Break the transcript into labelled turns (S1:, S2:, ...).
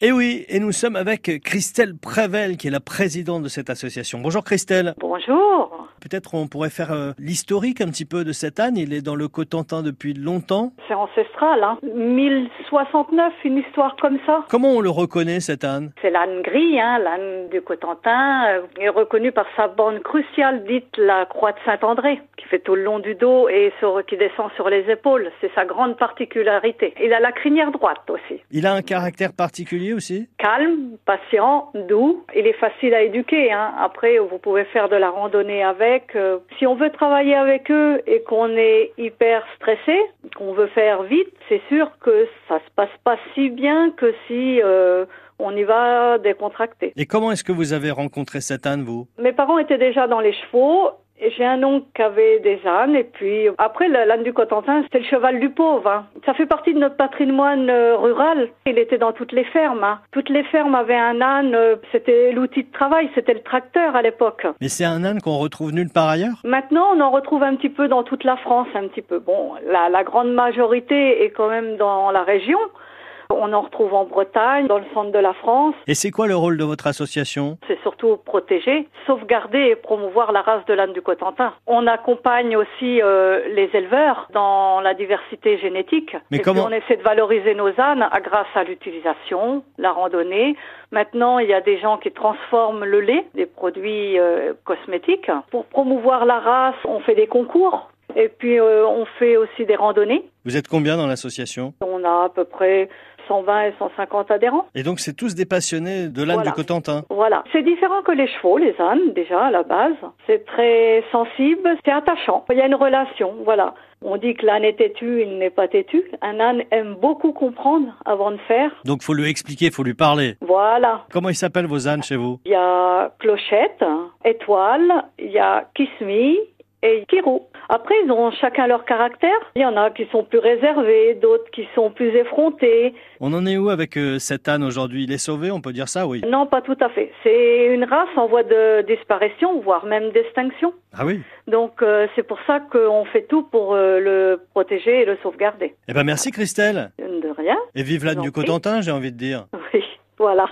S1: Et Eh oui, et nous sommes avec Christelle Prével, qui est la présidente de cette association. Bonjour Christelle.
S2: Bonjour.
S1: Peut-être on pourrait faire euh, l'historique un petit peu de cet âne. Il est dans le Cotentin depuis longtemps.
S2: C'est ancestral, hein. 1069, une histoire comme ça.
S1: Comment on le reconnaît cet âne
S2: C'est l'âne gris, hein, l'âne du Cotentin, euh, est reconnu par sa bande cruciale dite la croix de Saint-André, qui fait au long du dos et sur- qui descend sur les épaules. C'est sa grande particularité. Il a la crinière droite aussi.
S1: Il a un caractère particulier aussi
S2: Calme, patient, doux. Il est facile à éduquer. Hein. Après, vous pouvez faire de la randonnée avec. Euh, si on veut travailler avec eux et qu'on est hyper stressé, qu'on veut faire vite, c'est sûr que ça se passe pas si bien que si euh, on y va décontracté.
S1: Et comment est-ce que vous avez rencontré cet âne, vous
S2: Mes parents étaient déjà dans les chevaux. et J'ai un oncle qui avait des ânes et puis après le- l'âne du Cotentin, c'était le cheval du pauvre. hein. Ça fait partie de notre patrimoine euh, rural. Il était dans toutes les fermes. hein. Toutes les fermes avaient un âne. euh, C'était l'outil de travail, c'était le tracteur à l'époque.
S1: Mais c'est un âne qu'on retrouve nulle part ailleurs
S2: Maintenant, on en retrouve un petit peu dans toute la France, un petit peu. Bon, la, la grande majorité est quand même dans la région. On en retrouve en Bretagne, dans le centre de la France.
S1: Et c'est quoi le rôle de votre association
S2: c'est surtout protéger, sauvegarder et promouvoir la race de l'âne du Cotentin. On accompagne aussi euh, les éleveurs dans la diversité génétique.
S1: Mais
S2: et
S1: comment-
S2: puis on essaie de valoriser nos ânes à- grâce à l'utilisation, la randonnée. Maintenant, il y a des gens qui transforment le lait, des produits euh, cosmétiques. Pour promouvoir la race, on fait des concours. Et puis, euh, on fait aussi des randonnées.
S1: Vous êtes combien dans l'association
S2: On a à peu près 120 et 150 adhérents.
S1: Et donc c'est tous des passionnés de l'âne
S2: Voilà.
S1: du Cotentin.
S2: Voilà. C'est différent que les chevaux, les ânes, déjà, à la base. C'est très sensible, c'est attachant. Il y a une relation, voilà. On dit que l'âne est têtu, il n'est pas têtu. Un âne aime beaucoup comprendre avant de faire.
S1: Donc faut lui expliquer, faut lui parler.
S2: Voilà.
S1: Comment ils s'appellent vos ânes chez vous
S2: Il y a Clochette, Étoile, il y a Kismi et Kirou. Après, ils ont chacun leur caractère. Il y en a qui sont plus réservés, d'autres qui sont plus effrontés.
S1: On en est où avec euh, cet âne aujourd'hui Il est sauvé, on peut dire ça, oui.
S2: Non, pas tout à fait. C'est une race en voie de disparition, voire même d'extinction.
S1: Ah oui
S2: Donc euh, c'est pour ça qu'on fait tout pour euh, le protéger et le sauvegarder.
S1: Eh ben merci Christelle
S2: De rien,
S1: Et vive l'âne
S2: Je vous
S1: du
S2: en prie.
S1: Cotentin, j'ai envie de dire.
S2: oui, voilà.